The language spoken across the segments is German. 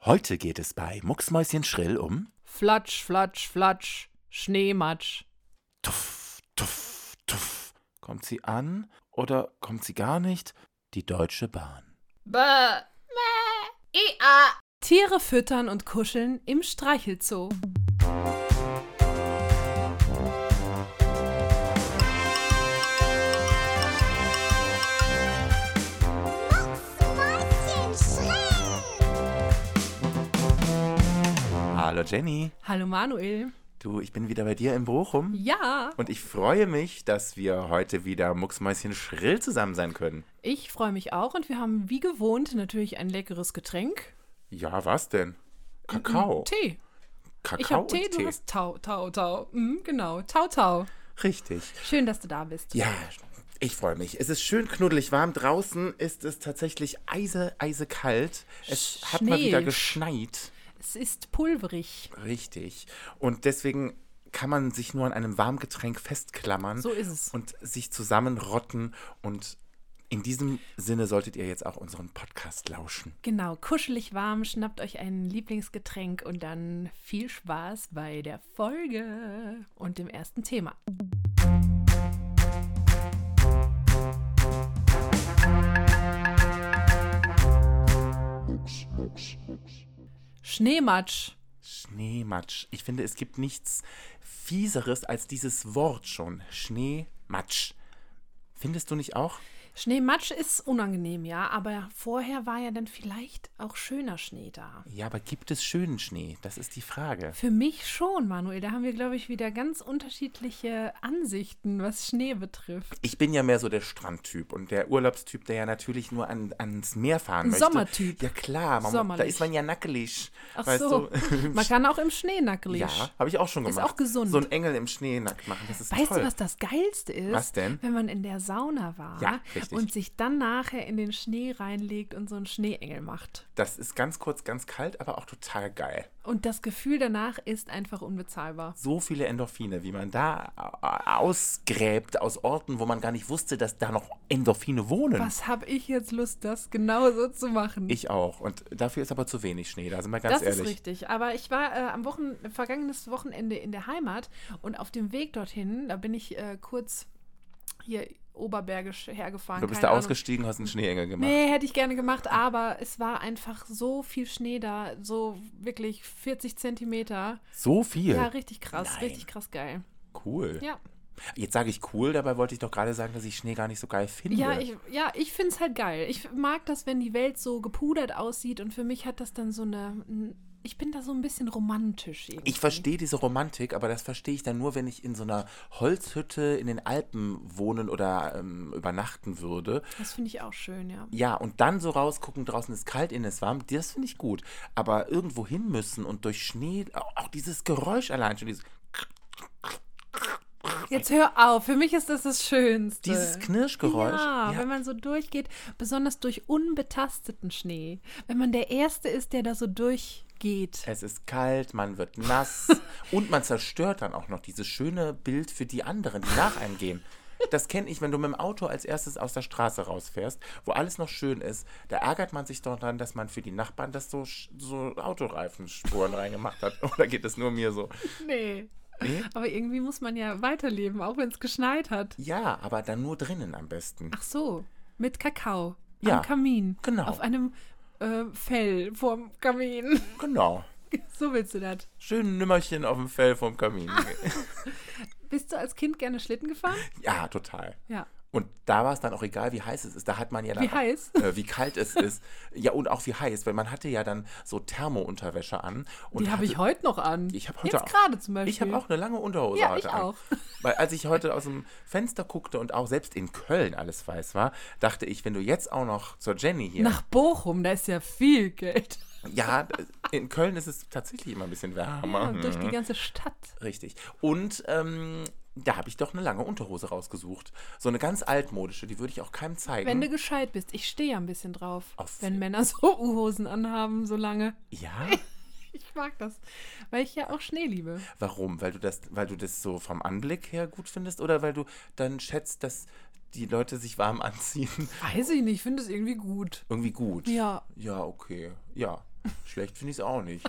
Heute geht es bei Mucksmäuschen Schrill um Flatsch, Flatsch, Flatsch, Schneematsch. Tuff, Tuff, Tuff. Kommt sie an oder kommt sie gar nicht? Die Deutsche Bahn. Bäh. Mäh. Ea. Tiere füttern und kuscheln im Streichelzoo. Hallo Jenny. Hallo Manuel. Du, ich bin wieder bei dir in Bochum. Ja, Und ich freue mich, dass wir heute wieder Mucksmäuschen Schrill zusammen sein können. ich freue mich auch und wir haben wie gewohnt natürlich ein leckeres Getränk. Hm, Ja, was denn? Kakao. Mhm, Tee. Kakao Ich habe und Tee, du hast Tau, Tau, Tau. Mhm, genau, Tau, Tau. Richtig. Schön, dass du da bist. Ja, ich freue mich. Es ist schön knuddelig warm. Draußen ist es tatsächlich eise, eise kalt. Es hat mal wieder Schnee. geschneit. Es ist pulverig. Richtig. Und deswegen kann man sich nur an einem Warmgetränk festklammern. So ist es. Und sich zusammenrotten. Und in diesem Sinne solltet ihr jetzt auch unseren Podcast lauschen. Genau, kuschelig warm, schnappt euch ein Lieblingsgetränk und dann viel Spaß bei der Folge und dem ersten Thema. Schneematsch. Schneematsch. Ich finde, es gibt nichts Fieseres als dieses Wort schon. Schneematsch. Findest du nicht auch? Schneematsch ist unangenehm, ja, aber vorher war ja dann vielleicht auch schöner Schnee da. Ja, aber gibt es schönen Schnee? Das ist die Frage. Für mich schon, Manuel. Da haben wir, glaube ich, wieder ganz unterschiedliche Ansichten, was Schnee betrifft. Ich bin ja mehr so der Strandtyp und der Urlaubstyp, der ja natürlich nur an, ans Meer fahren Ein möchte. Sommertyp. Ja klar, man, da Sommerlich. ist man ja nackelig. Ach weißt so, du? man kann auch im Schnee nackelig. Ja, habe ich auch schon Ist gemacht. auch gesund. So einen Engel im Schnee nackt machen, das ist Weißt toll. du, was das Geilste ist? Was denn? Wenn man in der Sauna war Ja, richtig. und sich dann nachher in den Schnee reinlegt und so einen Schneeengel macht. das ist ganz kurz, ganz kalt, aber auch total geil. Und das Gefühl danach ist einfach unbezahlbar. So viele Endorphine, wie man da äh, ausgräbt aus Orten, wo man gar nicht wusste, dass da noch Endorphine wohnen. Was habe ich jetzt Lust, das genauso zu machen? Ich auch. Und dafür ist aber zu wenig Schnee, da sind wir ganz das ehrlich. ist richtig. Aber ich war äh, am Wochen vergangenes Wochenende in der Heimat und auf dem Weg dorthin, da bin ich äh, kurz hier oberbergisch hergefahren. Du bist da keine Ahnung. ausgestiegen, hast einen Schneeengel gemacht. Nee, hätte ich gerne gemacht, aber es war einfach so viel Schnee da, so wirklich 40 Zentimeter. So viel. Ja, richtig krass, Nein. richtig krass geil. Cool. Ja, Jetzt sage ich cool, dabei wollte ich doch gerade sagen, dass ich Schnee gar nicht so geil finde. ja ich, ja, ich finde es halt geil. Ich mag das, wenn die Welt so gepudert aussieht und für mich hat das dann so eine, ich bin da so ein bisschen romantisch irgendwie. Ich verstehe diese Romantik, aber das verstehe ich dann nur, wenn ich in so einer Holzhütte in den Alpen wohnen oder ähm, übernachten würde. Das finde ich auch schön, ja. Ja, und dann so rausgucken, draußen ist kalt, innen ist warm, das finde ich gut. Aber irgendwo hin müssen und durch Schnee, auch auch dieses Geräusch allein schon, dieses, Jetzt hör auf, für mich ist das das Schönste. dieses Knirschgeräusch. Ja, wenn man so durchgeht, besonders durch unbetasteten Schnee. Wenn man der Erste ist, der da so durchgeht. Es ist kalt, man wird nass und man zerstört dann auch noch dieses schöne Bild für die anderen, die nach einem gehen. Das kenne ich, wenn du mit dem Auto als erstes aus der Straße rausfährst, wo alles noch schön ist, da ärgert man sich doch dann, dass man für die Nachbarn das so, sch- so Autoreifenspuren reingemacht hat. Oder geht es nur mir so? Nee. Aber irgendwie muss man ja weiterleben, auch wenn es geschneit hat. Ja, aber dann nur drinnen am besten. Ach so, mit Kakao. Ja, am Kamin. genau. Auf einem äh, Fell vorm Kamin. Genau. so willst du das. Schön Nimmerchen auf dem Fell vom Kamin. Bist du als Kind gerne Schlitten gefahren? Ja, total. Ja. Und da war es dann auch egal, wie heiß es ist. Da hat man ja dann Wie auch, heiß? Äh, wie kalt es ist. Ja, und auch wie heiß, weil man hatte ja dann so Thermounterwäsche an. Und Die habe hatte- ich heute noch an. Ich habe heute Jetzt gerade zum Beispiel. Ich habe auch eine lange Unterhose Ja, heute ich an. auch. Weil als ich heute aus dem Fenster guckte und auch selbst in Köln alles weiß war, dachte ich, wenn du jetzt auch noch zur Jenny hier. Nach Bochum, da ist ja viel Geld. Ja, äh, in Köln ist es tatsächlich immer ein bisschen wärmer. Mhm. Ja, durch die ganze Stadt. Richtig. Und ähm, da habe ich doch eine lange Unterhose rausgesucht. So eine ganz altmodische, die würde ich auch keinem zeigen. Wenn du gescheit bist, ich stehe ja ein bisschen drauf, Mhm. Auf- wenn Männer so U-Hosen anhaben, so lange. ja. Ich mag das, weil ich ja auch Schnee liebe. Warum? Weil du das, weil du das so vom Anblick her gut findest oder weil du dann schätzt, dass die Leute sich warm anziehen? Weiß ich nicht, ich finde es irgendwie gut. Irgendwie gut. Ja. Ja, okay. Ja. Schlecht finde ich es auch nicht.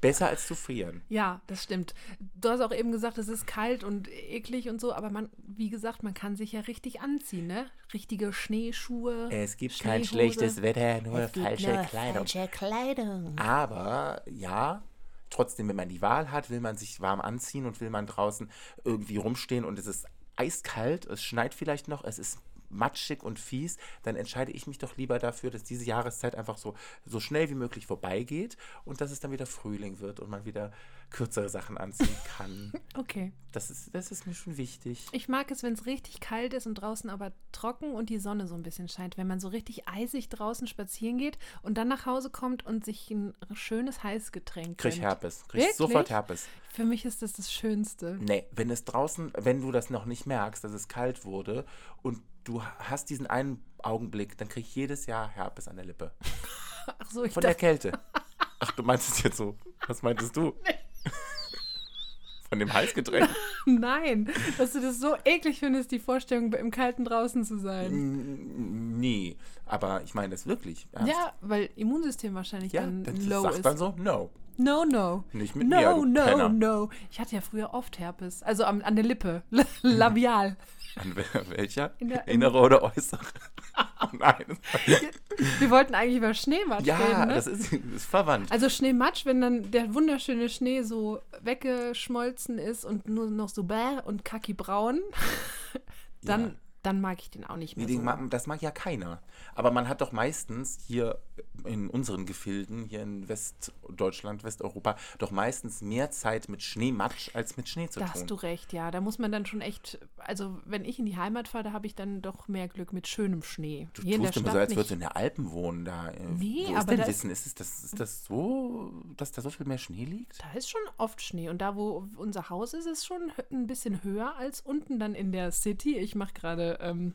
Besser als zu frieren. Ja, das stimmt. Du hast auch eben gesagt, es ist kalt und eklig und so, aber man, wie gesagt, man kann sich ja richtig anziehen, ne? Richtige Schneeschuhe. Es gibt kein Schneehose. schlechtes Wetter, nur falsche Kleidung. Falsche Kleidung. Aber ja, trotzdem, wenn man die Wahl hat, will man sich warm anziehen und will man draußen irgendwie rumstehen und es ist eiskalt, es schneit vielleicht noch, es ist matschig und fies, dann entscheide ich mich doch lieber dafür, dass diese Jahreszeit einfach so, so schnell wie möglich vorbeigeht und dass es dann wieder Frühling wird und man wieder kürzere Sachen anziehen kann. Okay. Das ist, das ist mir schon wichtig. Ich mag es, wenn es richtig kalt ist und draußen aber trocken und die Sonne so ein bisschen scheint. Wenn man so richtig eisig draußen spazieren geht und dann nach Hause kommt und sich ein schönes Heißgetränk Krieg gönnt. Herpes. Krieg Wirklich? sofort Herpes. Für mich ist das das Schönste. Nee, wenn es draußen, wenn du das noch nicht merkst, dass es kalt wurde und du hast diesen einen Augenblick, dann krieg ich jedes Jahr Herpes an der Lippe. Ach so, ich Von der dachte, Kälte. Ach, du meinst es jetzt so. Was meintest du? Von dem Heißgetränk? nein, dass du das so eklig findest, die Vorstellung, im Kalten draußen zu sein. Nee, aber ich meine das wirklich. ernst. Ja, weil Immunsystem wahrscheinlich ja dann dann low sagt ist. man so, no. No, no. Nicht mit no, mir, du No, Penner. no, Ich hatte ja früher oft Herpes. Also an, an der Lippe. Labial. An wel- welcher? In der- Innere oder äußere? Nein. Wir wollten eigentlich über Schneematsch Ja, reden, ne? das ist, ist verwandt. also Schneematsch, wenn dann der wunderschöne Schnee so weggeschmolzen ist und nur noch so bäh und kacki braun, dann, Ja. dann mag ich den auch nicht Nee, mehr. den so. mag, das mag ja keiner. Aber man hat doch meistens hier in unseren Gefilden, hier in Westdeutschland, Westeuropa, doch meistens mehr Zeit mit Schneematsch als mit Schnee zu Da tun. hast du recht, ja. Da muss man dann schon echt, also wenn ich in die Heimat fahre, da habe ich dann doch mehr Glück mit schönem Schnee. Du Hier in der tust immer Stadt so, als nicht. würdest du in den Alpen wohnen. Da. äh, Nee, Wo ist aber denn da Wissen? Ist, es das, ist das so, dass da so viel mehr Schnee liegt? Da ist schon oft Schnee. Und da, wo unser Haus ist, ist schon hö- ein bisschen höher als unten dann in der City. Ich mache gerade ähm,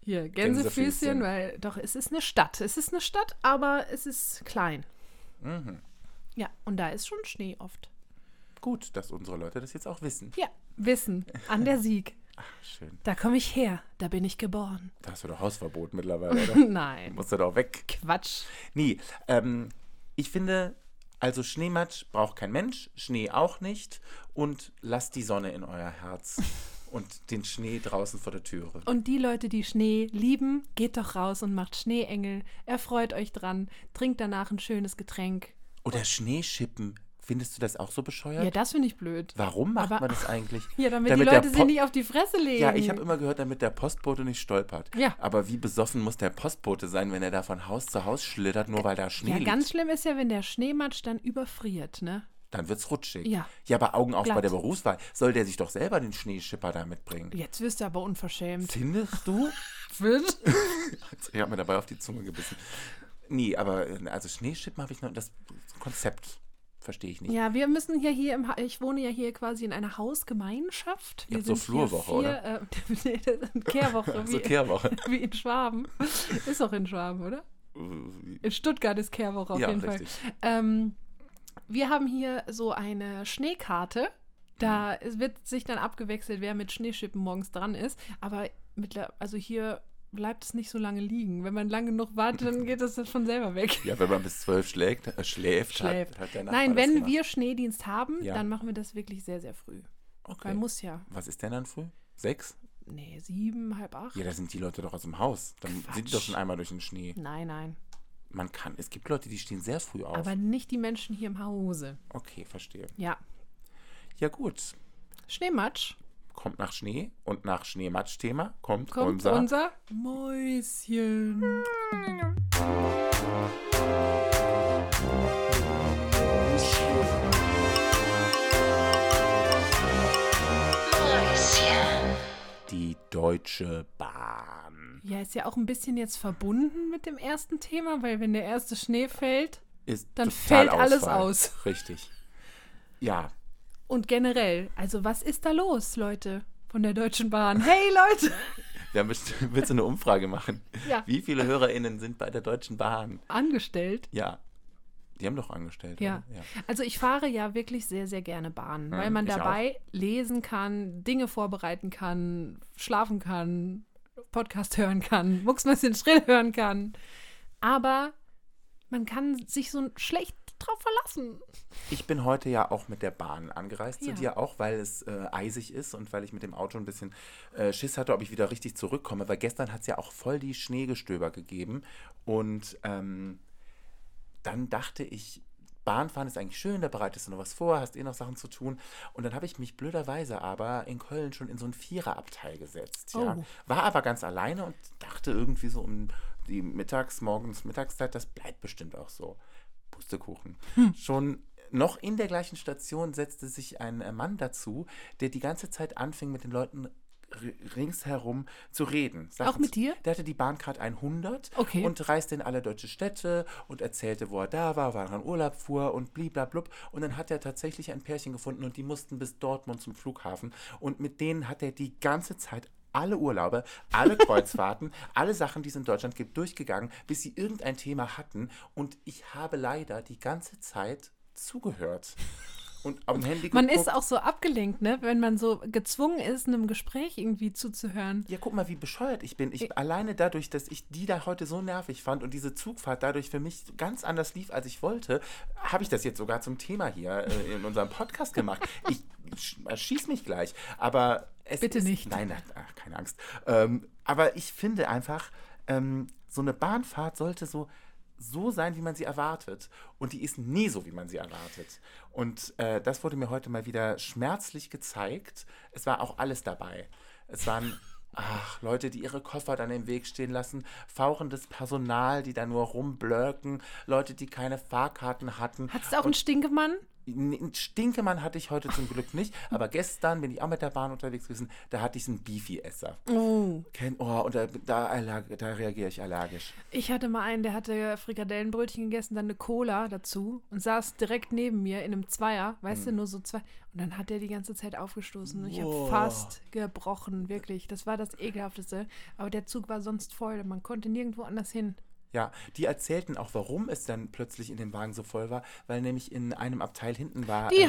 hier Gänsefüßchen, Gänsefüßchen. weil doch, es ist eine Stadt. Es ist eine Stadt, aber es ist klein. Ja, und da ist schon Schnee oft. Gut, dass unsere Leute das jetzt auch wissen. Ja, Wissen, an der Sieg. Schön. Da komme ich her, da bin ich geboren. Da hast du doch Hausverbot mittlerweile, oder? Nein, Musst du doch weg. Quatsch. Nee, ähm, ich finde, also Schneematsch braucht kein Mensch, Schnee auch nicht. Und lasst die Sonne in euer Herz und den Schnee draußen vor der Türe. Und die Leute, die Schnee lieben, geht doch raus und macht Schneeengel. Erfreut euch dran, trinkt danach ein schönes Getränk. Oder Schneeschippen. Findest du das auch so bescheuert? Ja, das finde ich blöd. Ne? Warum macht aber- man das eigentlich? Ja, damit, die der Leute sich Po- nicht auf die Fresse legen. Ja, ich habe immer gehört, damit der Postbote nicht stolpert. Ja. Aber wie besoffen muss der Postbote sein, wenn er da von Haus zu Haus schlittert, nur weil da Schnee Äh, Ja, liegt? ganz schlimm ist ja, wenn der Schneematsch dann überfriert, ne? Dann wird's rutschig. Ja. ja, aber Augen auf bei Glatt. der Berufswahl. Soll der sich doch selber den Schneeschipper da mitbringen? Jetzt wirst du aber unverschämt. Findest du? Wird? Ich habe mir dabei auf die Zunge gebissen. Nee, aber äh, also Schneeschippen habe ich noch. Das Konzept verstehe ich nicht. Ja, wir müssen ja hier im ha ich wohne ja hier quasi in einer Hausgemeinschaft. Wir habt so hier Flurwoche, vier, oder? Äh, nee, das ist Kehrwoche, Also wie, Kehrwoche. wie in Schwaben. Ist auch in Schwaben, oder? In Stuttgart ist Kehrwoche auf Äh, Ja, jeden richtig. Fall. Ähm, wir haben hier so eine Schneekarte. Da es wird sich dann abgewechselt, wer mit Schneeschippen morgens dran ist. Aber mittler also hier bleibt es nicht so lange liegen. Wenn man lang genug wartet, dann geht das von selber weg. Ja, wenn man bis zwölf schlägt, äh, schläft, Schläft. Hat, hat der Nachbar Nein, das wenn gemacht. wir Schneedienst haben, Ja. dann machen wir das wirklich sehr, sehr früh. Okay. Weil muss ja, Was ist denn dann früh? Sechs? nee, sieben, halb acht. Ja, da sind die Leute doch aus dem Haus. Dann Quatsch. sind die doch schon einmal durch den Schnee. Nein, nein. Man kann. Es gibt Leute, die stehen sehr früh auf. Aber nicht die Menschen hier im Hause. okay, verstehe. Ja. Ja, gut. Schneematsch Kommt nach Schnee und nach Schneematsch-Thema kommt, kommt unser. unser Mäuschen. Die Deutsche Bahn. Ja, ist ja auch ein bisschen jetzt verbunden mit dem ersten Thema, weil wenn der erste Schnee fällt Ist Dann total fällt alles Ausfall. aus. Richtig. Ja, und generell, also was ist da los, Leute von der Deutschen Bahn? Hey Leute! Wir haben bestimmt, willst du eine Umfrage machen? Ja. Wie viele HörerInnen sind bei der Deutschen Bahn? Angestellt. Ja. Die haben doch angestellt. Ja. oder? ja. Also ich fahre ja wirklich sehr, sehr gerne Bahn, weil Mhm, man ich dabei lesen kann, Dinge vorbereiten kann, schlafen kann, Podcast hören kann, Mucksmäuschen schrill hören kann. Aber man kann sich so schlecht drauf verlassen. Ich bin heute ja auch mit der Bahn angereist, zu Ja. dir auch, weil es äh, eisig ist und weil ich mit dem Auto ein bisschen äh, Schiss hatte, ob ich wieder richtig zurückkomme, weil gestern hat es ja auch voll die Schneegestöber gegeben und ähm, dann dachte ich, Bahnfahren ist eigentlich schön, da bereitest du noch was vor, hast eh noch Sachen zu tun. Und dann habe ich mich blöderweise aber in Köln schon in so ein Viererabteil gesetzt. Ja. Oh. War aber ganz alleine und dachte irgendwie so um die Mittags-, Morgens-, Mittagszeit, das bleibt bestimmt auch so. Pustekuchen. Hm. Schon noch in der gleichen Station setzte sich ein äh, Mann dazu, der die ganze Zeit anfing, mit den Leuten r- ringsherum zu reden. Sachen Auch mit zu- dir? Der hatte die Bahncard 100 Okay. und reiste in alle deutsche Städte und erzählte, wo er da war, wann er in Urlaub fuhr und bliblablub. Und dann hat er tatsächlich ein Pärchen gefunden und die mussten bis Dortmund zum Flughafen. Und mit denen hat er die ganze Zeit alle Urlaube, alle Kreuzfahrten, alle Sachen, die es in Deutschland gibt, durchgegangen, bis sie irgendein Thema hatten. Und ich habe leider die ganze Zeit zugehört. Und am Handy Man geguckt. ist auch so abgelenkt, ne? wenn man so gezwungen ist, einem Gespräch irgendwie zuzuhören. Ja, guck mal, wie bescheuert ich bin. Ich, alleine dadurch, dass ich die da heute so nervig fand und diese Zugfahrt dadurch für mich ganz anders lief, als ich wollte, habe ich das jetzt sogar zum Thema hier äh, in unserem Podcast gemacht. Ich sch- äh, schieß mich gleich. Aber es Bitte ist, nicht. Nein, nein, ach, keine Angst. Ähm, aber ich finde einfach, ähm, so eine Bahnfahrt sollte so so sein, wie man sie erwartet. Und die ist nie so, wie man sie erwartet. Und äh, das wurde mir heute mal wieder schmerzlich gezeigt. Es war auch alles dabei. Es waren ach, Leute, die ihre Koffer dann im Weg stehen lassen, fauchendes Personal, die da nur rumblöken, Leute, die keine Fahrkarten hatten. Hattest du auch einen Stinkemann? N- Stinkemann hatte ich heute zum Glück nicht, aber gestern bin ich auch mit der Bahn unterwegs gewesen, da hatte ich einen Beefy-Esser. Oh. Ken- Oh, und da, da, allerg- da reagiere ich allergisch. Ich hatte mal einen, der hatte Frikadellenbrötchen gegessen, dann eine Cola dazu und saß direkt neben mir in einem Zweier, weißt du, nur so zwei. Und dann hat der die ganze Zeit aufgestoßen und ich habe Boah. fast gebrochen, wirklich. Das war das Ekelhafteste. Aber der Zug war sonst voll, man konnte nirgendwo anders hin. Ja, die erzählten auch, warum es dann plötzlich in dem Wagen so voll war, weil nämlich in einem Abteil hinten war. Die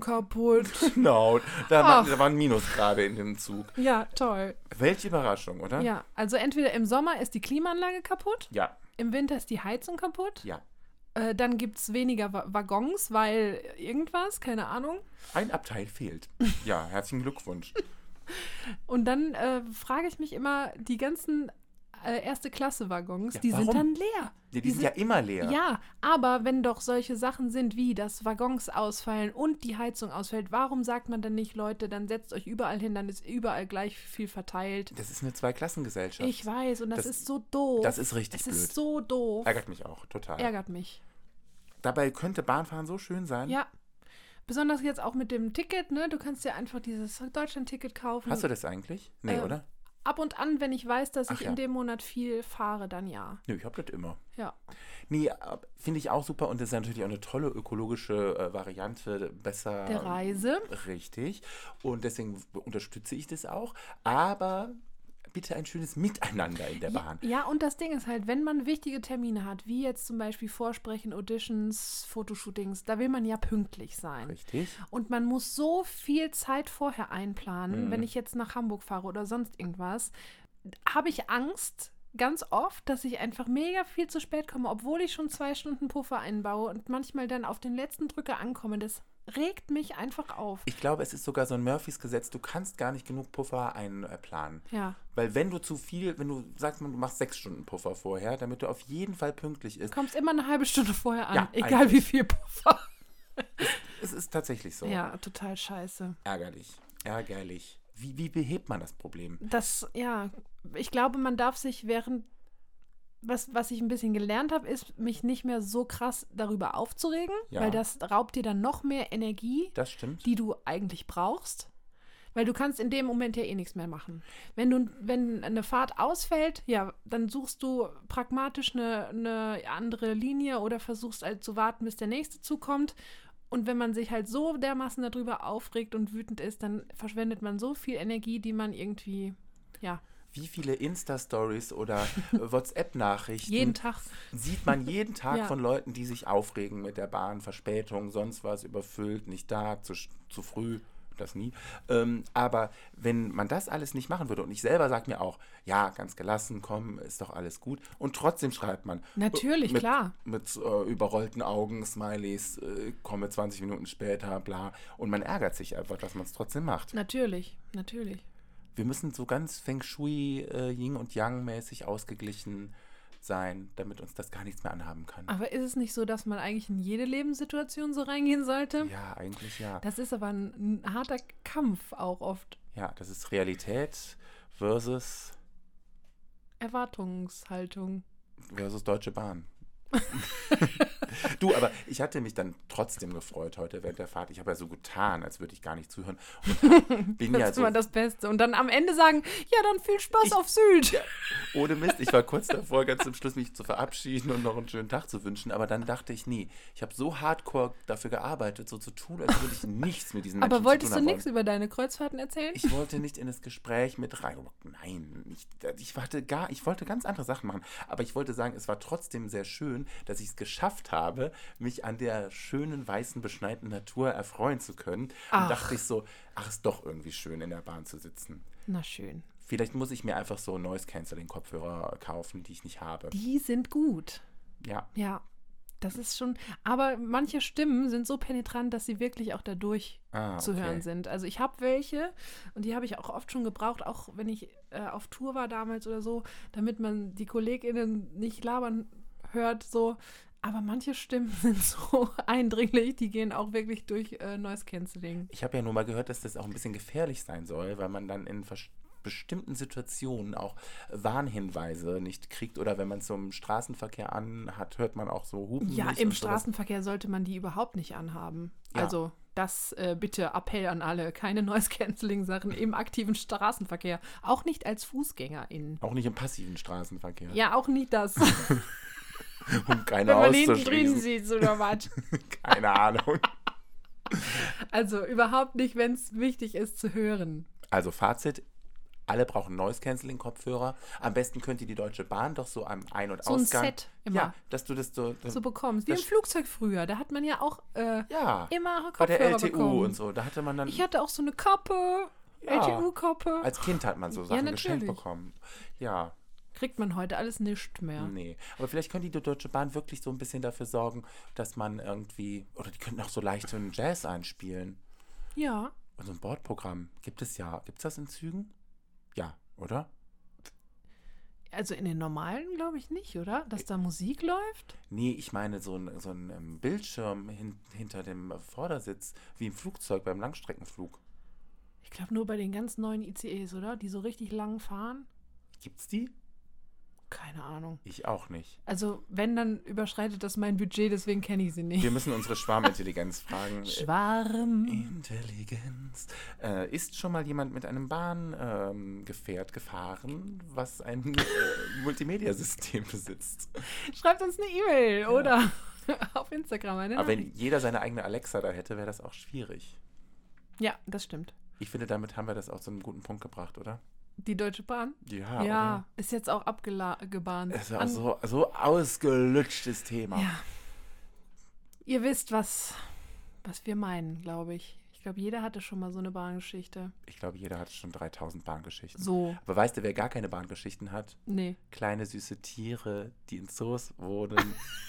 kaputt. Genau, da, war, Ach. da waren Minusgrade in dem Zug. Ja, toll. Welche Überraschung, oder? Ja, also entweder im Sommer ist die Klimaanlage kaputt, Ja, im Winter ist die Heizung kaputt, ja. äh, dann gibt es weniger Wa Waggons, weil irgendwas, keine Ahnung. Ein Abteil fehlt. Ja, herzlichen Glückwunsch. Und dann äh, frage ich mich immer, die ganzen äh, erste Klasse Waggons, Ja, die sind warum? dann leer. Die, die sind ja immer leer. Ja. aber wenn doch solche Sachen sind wie, dass Waggons ausfallen und die Heizung ausfällt, warum sagt man dann nicht, Leute, dann setzt euch überall hin, dann ist überall gleich viel verteilt. Das ist eine Zweiklassengesellschaft. Ich weiß, und das, Das- ist so doof. das ist richtig Es ist blöd. so doof. Ärgert mich auch, total. Ärgert mich. Dabei könnte Bahnfahren so schön sein. Ja. Besonders jetzt auch mit dem Ticket, ne? Du kannst ja einfach dieses Deutschland-Ticket kaufen. Hast du das eigentlich? Nee, Ähm, oder? Ab und an, wenn ich weiß, dass Ach ich ja. in dem Monat viel fahre, dann ja. Nö, ich hab das immer. Ja. Nee, ab- finde ich auch super und das ist natürlich auch eine tolle ökologische äh, Variante, besser. Der Reise. Richtig. Und deswegen unterstütze ich das auch. Aber bitte ein schönes Miteinander in der Bahn. Ja, und das Ding ist halt, wenn man wichtige Termine hat, wie jetzt zum Beispiel Vorsprechen, Auditions, Fotoshootings, da will man ja pünktlich sein. Richtig. Und man muss so viel Zeit vorher Mhm. einplanen, wenn ich jetzt nach Hamburg fahre oder sonst irgendwas, habe ich Angst ganz oft, dass ich einfach mega viel zu spät komme, obwohl ich schon zwei Stunden Puffer einbaue und manchmal dann auf den letzten Drücker ankomme. Das regt mich einfach auf. Ich glaube, es ist sogar so ein Murphys Gesetz, du kannst gar nicht genug Puffer einplanen. Ja. Weil wenn du zu viel, wenn du sagst, man, du machst sechs Stunden Puffer vorher, damit du auf jeden Fall pünktlich ist. Kommst immer eine halbe Stunde vorher an, Ja, egal eigentlich. wie viel Puffer. Es ist tatsächlich so. Ja, total scheiße. Ärgerlich. Ärgerlich. Wie, wie behebt man das Problem? Das, ja, ich glaube, man darf sich während, was, was ich ein bisschen gelernt habe, ist, mich nicht mehr so krass darüber aufzuregen, Ja. weil das raubt dir dann noch mehr Energie, Das stimmt. die du eigentlich brauchst. Weil du kannst in dem Moment ja eh nichts mehr machen. Wenn du, wenn eine Fahrt ausfällt, ja, dann suchst du pragmatisch eine, eine andere Linie oder versuchst halt zu warten, bis der nächste zukommt. Und wenn man sich halt so dermaßen darüber aufregt und wütend ist, dann verschwendet man so viel Energie, die man irgendwie, ja, Wie viele Insta-Stories oder WhatsApp-Nachrichten jeden Tag. sieht man jeden Tag Ja. von Leuten, die sich aufregen mit der Bahn, Verspätung, sonst was, überfüllt, nicht da, zu, sch- zu früh. das nie. Ähm, aber wenn man das alles nicht machen würde und ich selber sage mir auch, ja, ganz gelassen, komm, ist doch alles gut. Und trotzdem schreibt man. Natürlich, äh, mit, klar. Mit äh, überrollten Augen, Smileys, äh, komme 20 Minuten später, bla. Und man ärgert sich einfach, dass man es trotzdem macht. Natürlich, natürlich. Wir müssen so ganz Feng Shui, äh, Yin und Yang mäßig ausgeglichen sein, damit uns das gar nichts mehr anhaben kann. Aber ist es nicht so, dass man eigentlich in jede Lebenssituation so reingehen sollte? Ja, eigentlich ja. Das ist aber ein, ein harter Kampf auch oft. Ja, das ist Realität versus, Erwartungshaltung. versus Deutsche Bahn. du, aber ich hatte mich dann trotzdem gefreut heute während der Fahrt. Ich habe ja so getan, als würde ich gar nicht zuhören. Und hab, bin Das ja ist so immer das Beste. Und dann am Ende sagen, ja, dann viel Spaß auf Süd. Ohne Mist, ich war kurz davor, ganz zum Schluss mich zu verabschieden und noch einen schönen Tag zu wünschen, aber dann dachte ich, nee, ich habe so hardcore dafür gearbeitet, so zu tun, als würde ich nichts mit diesen Menschen aber wolltest zu du tun haben nichts wollen. über deine Kreuzfahrten erzählen? Ich wollte nicht in das Gespräch mit rein. Nein, ich, ich, hatte gar, ich wollte ganz andere Sachen machen. Aber ich wollte sagen, es war trotzdem sehr schön, dass ich es geschafft habe, mich an der schönen, weißen, beschneiten Natur erfreuen zu können. Und Ach. dachte ich so, ach, ist doch irgendwie schön, in der Bahn zu sitzen. Na schön. Vielleicht muss ich mir einfach so Noise-Canceling-Kopfhörer kaufen, die ich nicht habe. Die sind gut. Ja, Ja, das ist schon. Aber manche Stimmen sind so penetrant, dass sie wirklich auch dadurch Ah, zu okay. hören sind. Also ich habe welche und die habe ich auch oft schon gebraucht, auch wenn ich äh, auf Tour war damals oder so, damit man die KollegInnen nicht labern hört, so. Aber manche Stimmen sind so eindringlich, die gehen auch wirklich durch äh, Noise Cancelling. ich habe ja nur mal gehört, dass das auch ein bisschen gefährlich sein soll, weil man dann in vers- bestimmten Situationen auch Warnhinweise nicht kriegt oder wenn man es so im Straßenverkehr anhat, hört man auch so Hupen. Ja, nicht im und sowas. Straßenverkehr sollte man die überhaupt nicht anhaben. Ja. Also das äh, bitte Appell an alle, keine Noise-Canceling-Sachen im aktiven Straßenverkehr. Auch nicht als FußgängerInnen. Auch nicht im passiven Straßenverkehr, Ja, auch nicht das, um keine wenn man hinten drin auszuschließen. sitzt oder was. Keine Ahnung. Also überhaupt nicht, wenn es wichtig ist zu hören. Also Fazit. Alle brauchen Noise-Canceling-Kopfhörer. Am besten könnt ihr die Deutsche Bahn doch so am Ein- und So ein Ausgang. Set immer. Ja, dass du das so. So bekommst. Wie im Das- Flugzeug früher, da hat man ja auch äh, ja, immer Kopfhörer bei der LTU bekommen. und so. Da hatte man dann. Ich hatte auch so eine Kappe, Ja. Also LTU-Kappe. Als Kind hat man so Sachen geschenkt natürlich. bekommen. Ja, Kriegt man heute alles nicht mehr. nee. Aber vielleicht könnte die Deutsche Bahn wirklich so ein bisschen dafür sorgen, dass man irgendwie, oder die könnten auch so leicht so einen Jazz einspielen. Ja, Und so ein Bordprogramm. Gibt es ja. Gibt es das in Zügen? Ja, oder? also in den normalen glaube ich nicht, oder? Dass da Musik läuft? Nee, ich meine so ein, so ein ähm, Bildschirm hin, hinter dem Vordersitz, wie im Flugzeug beim Langstreckenflug. Ich glaube nur bei den ganz neuen ICEs, oder? Die so richtig lang fahren? Gibt's die? Keine Ahnung. Ich auch nicht. Also, wenn, dann überschreitet das mein Budget, deswegen kenne ich sie nicht. Wir müssen unsere Schwarmintelligenz fragen. Schwarm. Intelligenz. Äh, ist schon mal jemand mit einem Bahngefährt ähm, Gefährt gefahren, was ein äh, Multimedia-System besitzt? Genau. Schreibt uns eine E-Mail oder auf Instagram eine Aber Nachricht. wenn jeder seine eigene Alexa da hätte, wäre das auch schwierig. Ja, das stimmt. Ich finde, damit haben wir das auch zu einem guten Punkt gebracht, oder? Die Deutsche Bahn? Ja. ja, ist jetzt auch abgebahnt. Oder? Es war so, so ausgelutschtes Thema. ja. Ihr wisst, was, was wir meinen, glaube ich. Ich glaube, jeder hatte schon mal so eine Bahngeschichte. Ich glaube, jeder hat schon 3000 Bahngeschichten. So, Aber weißt du, wer gar keine Bahngeschichten hat? nee. Kleine süße Tiere, die in Zoos wohnen.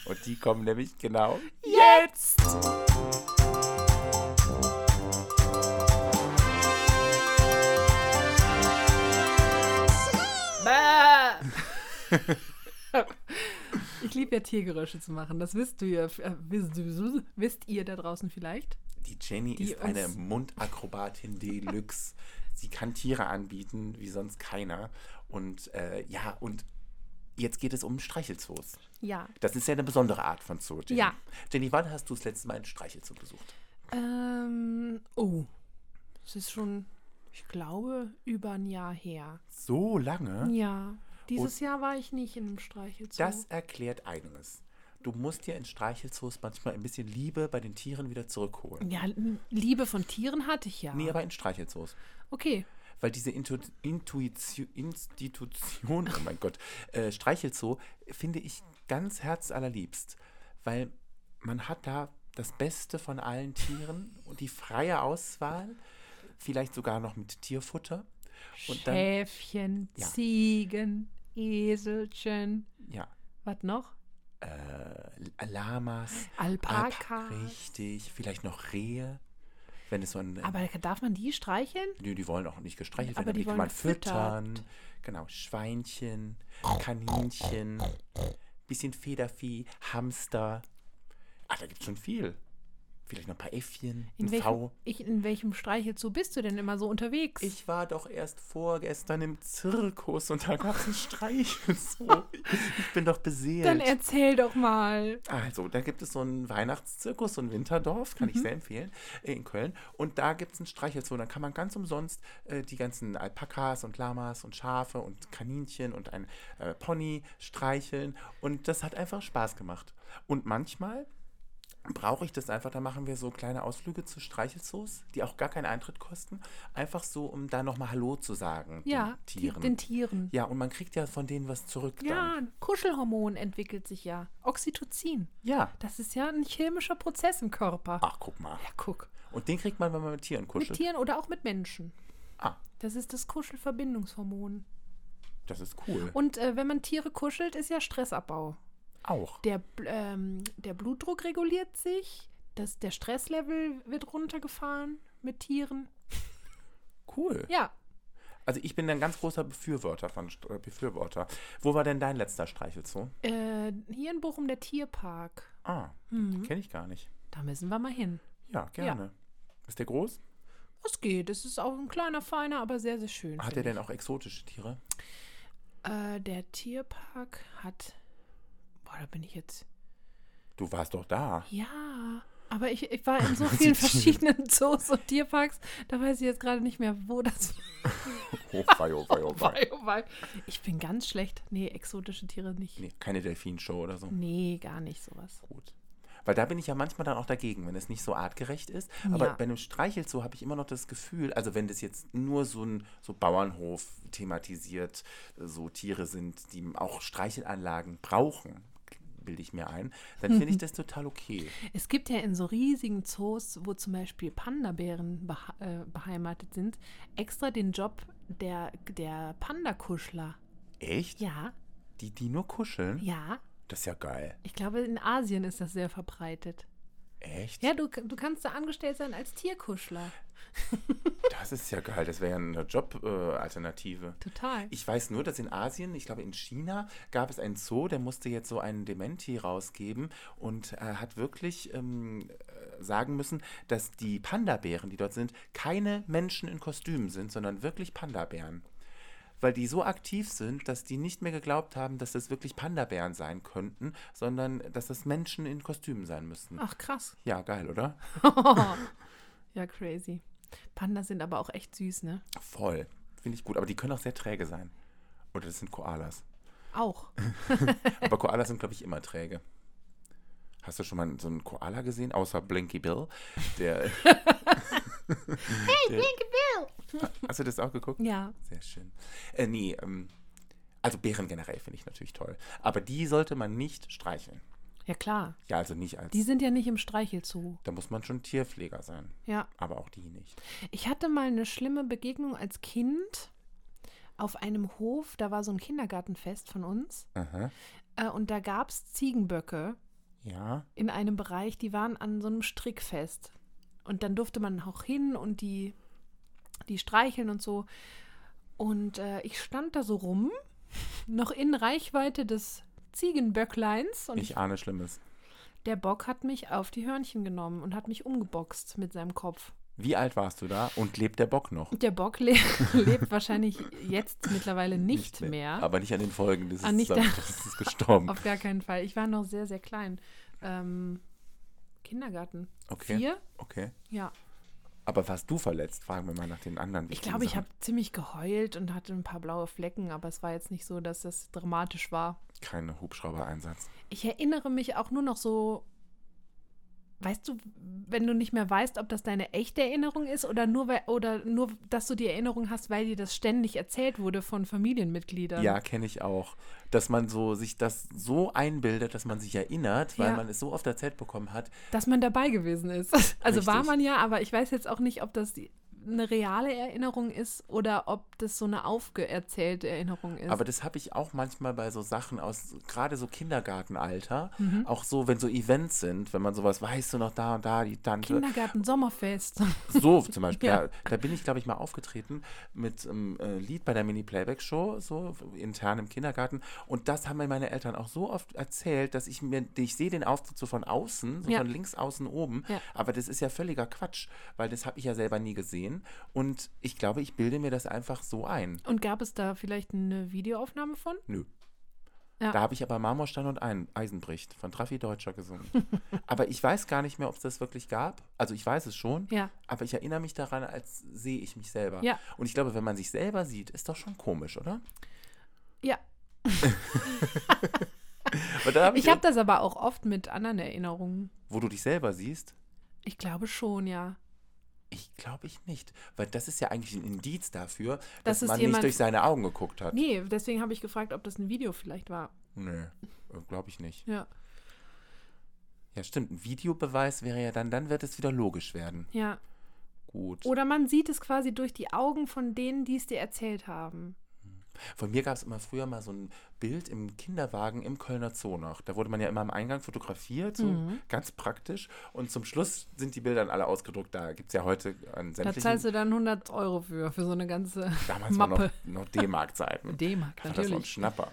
Und die kommen nämlich genau Jetzt! Bäh. Ich liebe ja Tiergeräusche zu machen, das wisst du ja, äh, wisst, du- wisst ihr da draußen vielleicht. Die Jenny Die ist eine uns- Mundakrobatin Deluxe. Sie kann Tiere anbieten, wie sonst keiner. Und äh, ja, und jetzt geht es um Streichelzoos. Ja. Das ist ja eine besondere Art von Zoo, Jenny. Ja. Jenny, wann hast du das letzte Mal ein Streichelzoo besucht? Ähm, oh, es ist schon, ich glaube, über ein Jahr her. So lange? Ja, dieses Jahr war ich nicht in einem Streichelzoo. Das erklärt einiges. Du musst dir in Streichelzoos manchmal ein bisschen Liebe bei den Tieren wieder zurückholen. ja, n- Liebe von Tieren hatte ich ja. Nee, aber in Streichelzoos. okay, Weil diese Intu Intuition, Institution, oh mein Gott, äh, Streichelzoo, finde ich ganz herzallerliebst. Weil man hat da das Beste von allen Tieren und die freie Auswahl. vielleicht sogar noch mit Tierfutter. Und dann, Schäfchen, Ja. Ziegen, Eselchen. ja, Was noch? äh, Lamas, Alpaka. Alp- richtig, vielleicht noch Rehe, wenn es so ein, äh, Aber darf man die streicheln? nö, die wollen auch nicht gestreichelt werden, Aber die kann wollen man gefüttert. füttern, genau, Schweinchen, Kaninchen, bisschen Federvieh, Hamster, ah, da gibt es schon viel, vielleicht noch ein paar Äffchen, In, ein welchem, V. ich, in welchem Streichelzoo bist du denn immer so unterwegs? Ich war doch erst vorgestern im Zirkus und da gab es einen Streichelzoo. Ich bin doch beseelt. Dann erzähl doch mal. Also, da gibt es so einen Weihnachtszirkus, so ein Winterdorf, Mhm. kann ich sehr empfehlen, äh, in Köln. Und da gibt es einen Streichelzoo. Da kann man ganz umsonst äh, die ganzen Alpakas und Lamas und Schafe und Kaninchen und ein äh, Pony streicheln. Und das hat einfach Spaß gemacht. Und manchmal brauche ich das einfach, da machen wir so kleine Ausflüge zu Streichelzoos, die auch gar keinen Eintritt kosten. Einfach so, um da nochmal Hallo zu sagen Ja, den Tieren. den Tieren. ja, und man kriegt ja von denen was zurück Ja, dann. Kuschelhormon entwickelt sich ja. Oxytocin. Ja. Das ist ja ein chemischer Prozess im Körper. Ach, guck mal. Ja, guck. Und den kriegt man, wenn man mit Tieren Mit Ah. kuschelt. Tieren oder auch mit Menschen. Ah, Das ist das Kuschelverbindungshormon. das ist cool. Und äh, wenn man Tiere kuschelt, ist ja Stressabbau. auch. Der, Bl- ähm, der Blutdruck reguliert sich, das, der Stresslevel wird runtergefahren mit Tieren. Cool. Ja, Also ich bin ein ganz großer Befürworter von St- äh, Befürworter. Wo war denn dein letzter Streichelzoo? äh, hier in Bochum der Tierpark. Ah, kenne ich gar nicht. Da müssen wir mal hin. Ja, gerne. Ist der groß? Es geht, es ist auch ein kleiner, feiner, aber sehr, sehr schön. Hat er finde denn auch exotische Tiere? ich. Äh, der Tierpark hat. Boah, da bin ich jetzt. Du warst doch da. Ja, aber ich, ich war in so vielen verschiedenen Zoos und Tierparks, da weiß ich jetzt gerade nicht mehr, wo das Oh, wei, oh, wei, oh, war. wei. Oh, wei. Ich bin ganz schlecht. Nee, exotische Tiere nicht. Nee, Nee, keine Delfinshow oder so. gar nicht sowas. Gut. Weil da bin ich ja manchmal dann auch dagegen, wenn es nicht so artgerecht ist. Aber Ja. bei einem Streichelzoo habe ich immer noch das Gefühl, also wenn das jetzt nur so ein so Bauernhof thematisiert, so Tiere sind, die auch Streichelanlagen brauchen, bilde ich mir ein, dann finde ich das total okay. Es gibt ja in so riesigen Zoos, wo zum Beispiel Pandabären beha äh, beheimatet sind, extra den Job der, der Pandakuschler. Echt? Ja, Die, die nur kuscheln? ja. Das ist ja geil. Ich glaube, in Asien ist das sehr verbreitet. Echt? Ja, du, du kannst da angestellt sein als Tierkuschler. Das ist ja geil. Das wäre ja eine Jobalternative. Äh, Alternative. Total. Ich weiß nur, dass in Asien, ich glaube in China, gab es einen Zoo, der musste jetzt so einen Dementi rausgeben und äh, hat wirklich ähm, äh, sagen müssen, dass die Panda-Bären, die dort sind, keine Menschen in Kostümen sind, sondern wirklich Panda-Bären. Weil die so aktiv sind, dass die nicht mehr geglaubt haben, dass das wirklich Panda-Bären sein könnten, sondern dass das Menschen in Kostümen sein müssten. Ach, krass. Ja, geil, oder? Ja, crazy. Pandas sind aber auch echt süß, ne? Voll. Finde ich gut. Aber die können auch sehr träge sein. Oder das sind Koalas. Auch. Aber Koalas sind, glaube ich, immer träge. Hast du schon mal so einen Koala gesehen, außer Blinky Bill? Der, Blinky Bill. hast du das auch geguckt? Ja. Sehr schön. Äh, nee, ähm, also Bären generell finde ich natürlich toll. Aber die sollte man nicht streicheln. Ja, klar. Ja, also nicht als. Die sind ja nicht im Streichelzoo. Da muss man schon Tierpfleger sein. Ja. Aber auch die nicht. Ich hatte mal eine schlimme Begegnung als Kind auf einem Hof. Da war so ein Kindergartenfest von uns. Aha. Äh, und da gab es Ziegenböcke Ja. in einem Bereich, die waren an so einem Strick fest. Und dann durfte man auch hin und die, die streicheln und so. Und äh, ich stand da so rum, noch in Reichweite des Ziegenböckleins. Und Ich ahne Schlimmes. der Bock hat mich auf die Hörnchen genommen und hat mich umgeboxt mit seinem Kopf. Wie alt warst du da und lebt der Bock noch? Der Bock le lebt wahrscheinlich jetzt mittlerweile nicht, mehr. Aber nicht an den Folgen. Das Ah, ist, nicht zusammen- da. das ist gestorben. Auf gar keinen Fall. Ich war noch sehr, sehr klein. Ähm, Kindergarten. Okay. Vier? Okay. Ja. Aber warst du verletzt? Fragen wir mal nach den anderen. Ich wichtigen glaube, ich Sachen. habe ziemlich geheult und hatte ein paar blaue Flecken, aber es war jetzt nicht so, dass das dramatisch war. Kein Hubschrauber-Einsatz. Ich erinnere mich auch nur noch so. Weißt du, wenn du nicht mehr weißt, ob das deine echte Erinnerung ist oder nur, weil, oder nur, dass du die Erinnerung hast, weil dir das ständig erzählt wurde von Familienmitgliedern. Ja, kenne ich auch. Dass man so sich das so einbildet, dass man sich erinnert, weil Ja. man es so oft erzählt bekommen hat. dass man dabei gewesen ist. Also war Richtig. man ja, aber ich weiß jetzt auch nicht, ob das die, eine reale Erinnerung ist oder ob das so eine aufgeerzählte Erinnerung ist. Aber das habe ich auch manchmal bei so Sachen aus, gerade so Kindergartenalter, auch so, wenn so Events sind, wenn man sowas, weißt du noch, da und da, die Tante. Kindergarten, Sommerfest. So zum Beispiel, Ja. ja. da bin ich, glaube ich, mal aufgetreten mit einem äh, Lied bei der Mini-Playback-Show, so intern im Kindergarten. Und das haben mir meine Eltern auch so oft erzählt, dass ich mir, ich sehe den Auftritt so von außen, so Ja. von links außen oben. Ja. Aber das ist ja völliger Quatsch, weil das habe ich ja selber nie gesehen. Und ich glaube, ich bilde mir das einfach so ein. Und gab es da vielleicht eine Videoaufnahme von? Nö. Ja. Da habe ich aber Marmorstein und Ein Eisenbricht von Traffi Deutscher gesungen. aber ich weiß gar nicht mehr, ob es das wirklich gab. Also ich weiß es schon, Ja. aber ich erinnere mich daran, als sehe ich mich selber. Ja. Und ich glaube, wenn man sich selber sieht, ist doch schon komisch, oder? Ja. Aber da hab ich, Ich habe das aber auch oft mit anderen Erinnerungen. wo du dich selber siehst, Ich glaube schon, ja. ich glaube ich nicht. Weil das ist ja eigentlich ein Indiz dafür, Das dass ist man nicht jemand- durch seine Augen geguckt hat. Nee, deswegen habe ich gefragt, ob das ein Video vielleicht war. Nö, glaube ich nicht. Ja. Ja, stimmt. Ein Videobeweis wäre ja dann, dann wird es wieder logisch werden. Ja. Gut. Oder man sieht es quasi durch die Augen von denen, die es dir erzählt haben. Von mir gab es immer früher mal so ein Bild im Kinderwagen im Kölner Zoo noch. Da wurde man ja immer am Eingang fotografiert, so Mhm. ganz praktisch. Und zum Schluss sind die Bilder dann alle ausgedruckt. Da gibt es ja heute an Da sämtlichen... zahlst du dann 100 Euro für, für so eine ganze damals waren Mappe. noch, noch D-Mark-Zeiten. D-Mark, Da war das noch ein natürlich. Schnapper.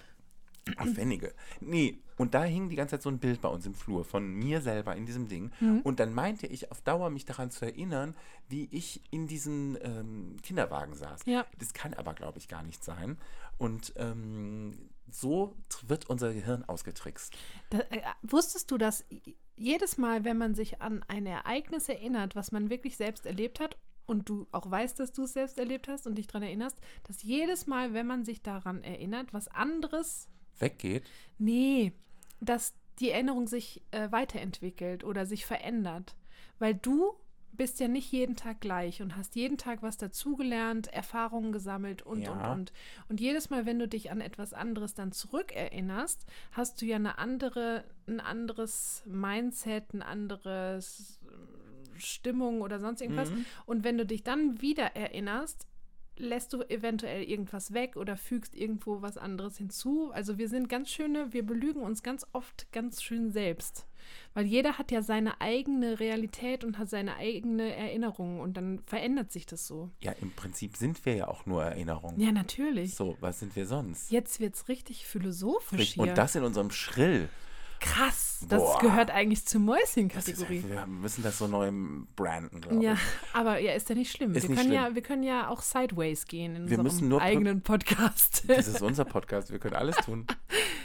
Auf wenige. Nee, und da hing die ganze Zeit so ein Bild bei uns im Flur von mir selber in diesem Ding. Mhm. Und dann meinte ich auf Dauer, mich daran zu erinnern, wie ich in diesem ähm, Kinderwagen saß. Ja. Das kann aber, glaube ich, gar nicht sein. Und ähm, so tr- wird unser Gehirn ausgetrickst. Da, äh, wusstest du, dass i- jedes Mal, wenn man sich an ein Ereignis erinnert, was man wirklich selbst erlebt hat, und du auch weißt, dass du es selbst erlebt hast und dich daran erinnerst, dass jedes Mal, wenn man sich daran erinnert, was anderes, Weggeht. nee, dass die Erinnerung sich äh, weiterentwickelt oder sich verändert. Weil du bist ja nicht jeden Tag gleich und hast jeden Tag was dazugelernt, Erfahrungen gesammelt und, Ja. und, und. Und jedes Mal, wenn du dich an etwas anderes dann zurückerinnerst, hast du ja eine andere, ein anderes Mindset, ein anderes äh, Stimmung oder sonst irgendwas. Und wenn du dich dann wieder erinnerst, lässt du eventuell irgendwas weg oder fügst irgendwo was anderes hinzu. Also wir sind ganz schöne, wir belügen uns ganz oft ganz schön selbst. Weil jeder hat ja seine eigene Realität und hat seine eigene Erinnerung und dann verändert sich das so. Ja, im Prinzip sind wir ja auch nur Erinnerungen. Ja, natürlich. So, was sind wir sonst? Jetzt wird's richtig philosophisch hier. Und das in unserem Schrill. krass. Das Boah. gehört eigentlich zur Das ist, Mäuschen-Kategorie. wir müssen das so neu branden, glaube ich. Ja, aber ja, ist ja nicht schlimm. Ist wir, nicht können schlimm. Ja, wir können ja auch sideways gehen in Wir müssen unserem nur pro- eigenen Podcast. Das ist unser Podcast, wir können alles tun.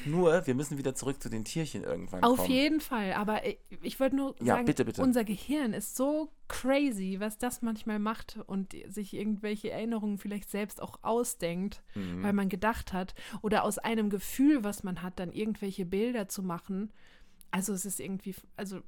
Nur, wir müssen wieder zurück zu den Tierchen irgendwann Auf kommen. jeden Fall. Aber ich, ich wollte nur Ja, sagen, bitte, bitte. unser Gehirn ist so crazy, was das manchmal macht und sich irgendwelche Erinnerungen vielleicht selbst auch ausdenkt, Mhm. weil man gedacht hat. Oder aus einem Gefühl, was man hat, dann irgendwelche Bilder zu machen. Also es ist irgendwie, also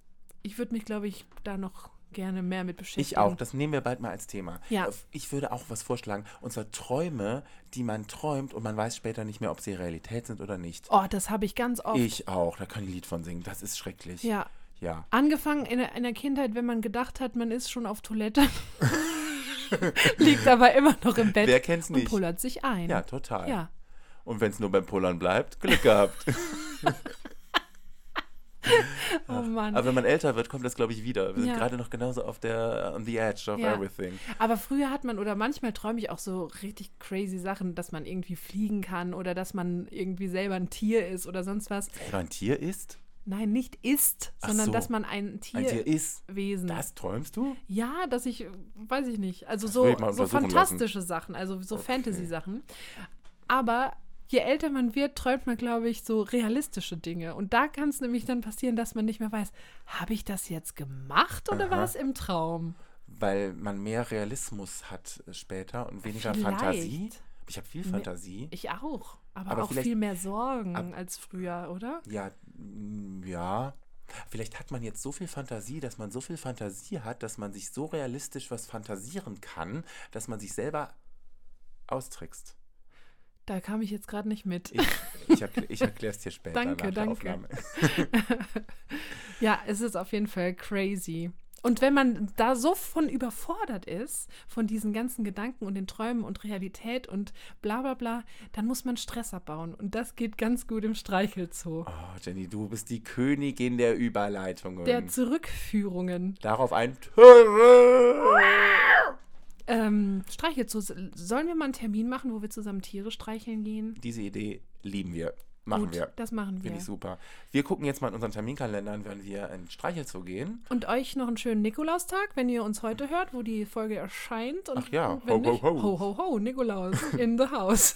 ich würde mich, glaube ich, da noch gerne mehr mit beschäftigen. Ich auch, das nehmen wir bald mal als Thema. Ja. Äh, Ich würde auch was vorschlagen, und zwar Träume, die man träumt und man weiß später nicht mehr, ob sie Realität sind oder nicht. Oh, das habe ich ganz oft. Ich auch, da kann ich ein Lied von singen, das ist schrecklich. Ja. Ja. Angefangen in der, in der Kindheit, wenn man gedacht hat, man ist schon auf Toilette, liegt aber immer noch im Bett Wer kennt's und nicht? pullert sich ein. Ja, total. Ja. Und wenn es nur beim Pullern bleibt, Glück gehabt. Oh Mann. Aber Aber, wenn man älter wird, kommt das, glaube ich, wieder. Wir Ja. sind gerade noch genauso auf der, on the edge of Ja. everything. früher hat man, oder manchmal träume ich auch so richtig crazy Sachen, dass man irgendwie fliegen kann oder dass man irgendwie selber ein Tier ist oder sonst was. Wenn man ein Tier ist, Nein, nicht ist, Ach sondern so. dass man ein ein Tier Tierwesen. ist, das träumst du? Ja, dass ich, weiß ich nicht, also will so, ich mal so untersuchen fantastische Sachen, also so Fantasy-Sachen. Aber je älter man wird, träumt man, glaube ich, so realistische Dinge. Und da kann es nämlich dann passieren, dass man nicht mehr weiß, habe ich das jetzt gemacht oder war Aha. es im Traum? weil man mehr Realismus hat äh, später und weniger Vielleicht. Fantasie. Ich habe viel Fantasie. Ich auch, aber, Aber auch vielleicht- viel mehr Sorgen ab- als früher, oder? Ja, mm, ja. Vielleicht hat man jetzt so viel Fantasie, dass man so viel Fantasie hat, dass man sich so realistisch was fantasieren kann, dass man sich selber austrickst. Da kam ich jetzt gerade nicht mit. Ich, ich, erklä- ich erkläre es dir später Danke, nach der danke. Aufnahme. ja, es ist auf jeden Fall crazy. Und wenn man da so von überfordert ist, von diesen ganzen Gedanken und den Träumen und Realität und bla bla bla, dann muss man Stress abbauen. Und das geht ganz gut im Streichelzoo. Oh, Jenny, du bist die Königin der Überleitungen. Der Zurückführungen. Darauf ein. Ähm, Streichelzoo, sollen wir mal einen Termin machen, wo wir zusammen Tiere streicheln gehen? Diese Idee lieben wir. Machen gut, wir. das machen wir. Finde ich super. Wir gucken jetzt mal in unseren Terminkalender, an, wenn wir in Streichelzoo gehen. Und euch noch einen schönen Nikolaustag, wenn ihr uns heute hört, wo die Folge erscheint. Und Ach ja, wenn ho, nicht, ho, ho. ho, ho, ho, Nikolaus in the house.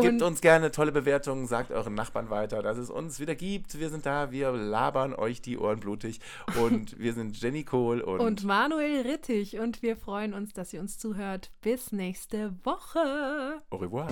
Gebt und uns gerne tolle Bewertungen, sagt euren Nachbarn weiter, dass es uns wieder gibt. Wir sind da, wir labern euch die Ohren blutig. Und wir sind Jenny Kohl und, und Manuel Rittig. Und wir freuen uns, dass ihr uns zuhört. Bis nächste Woche. au revoir.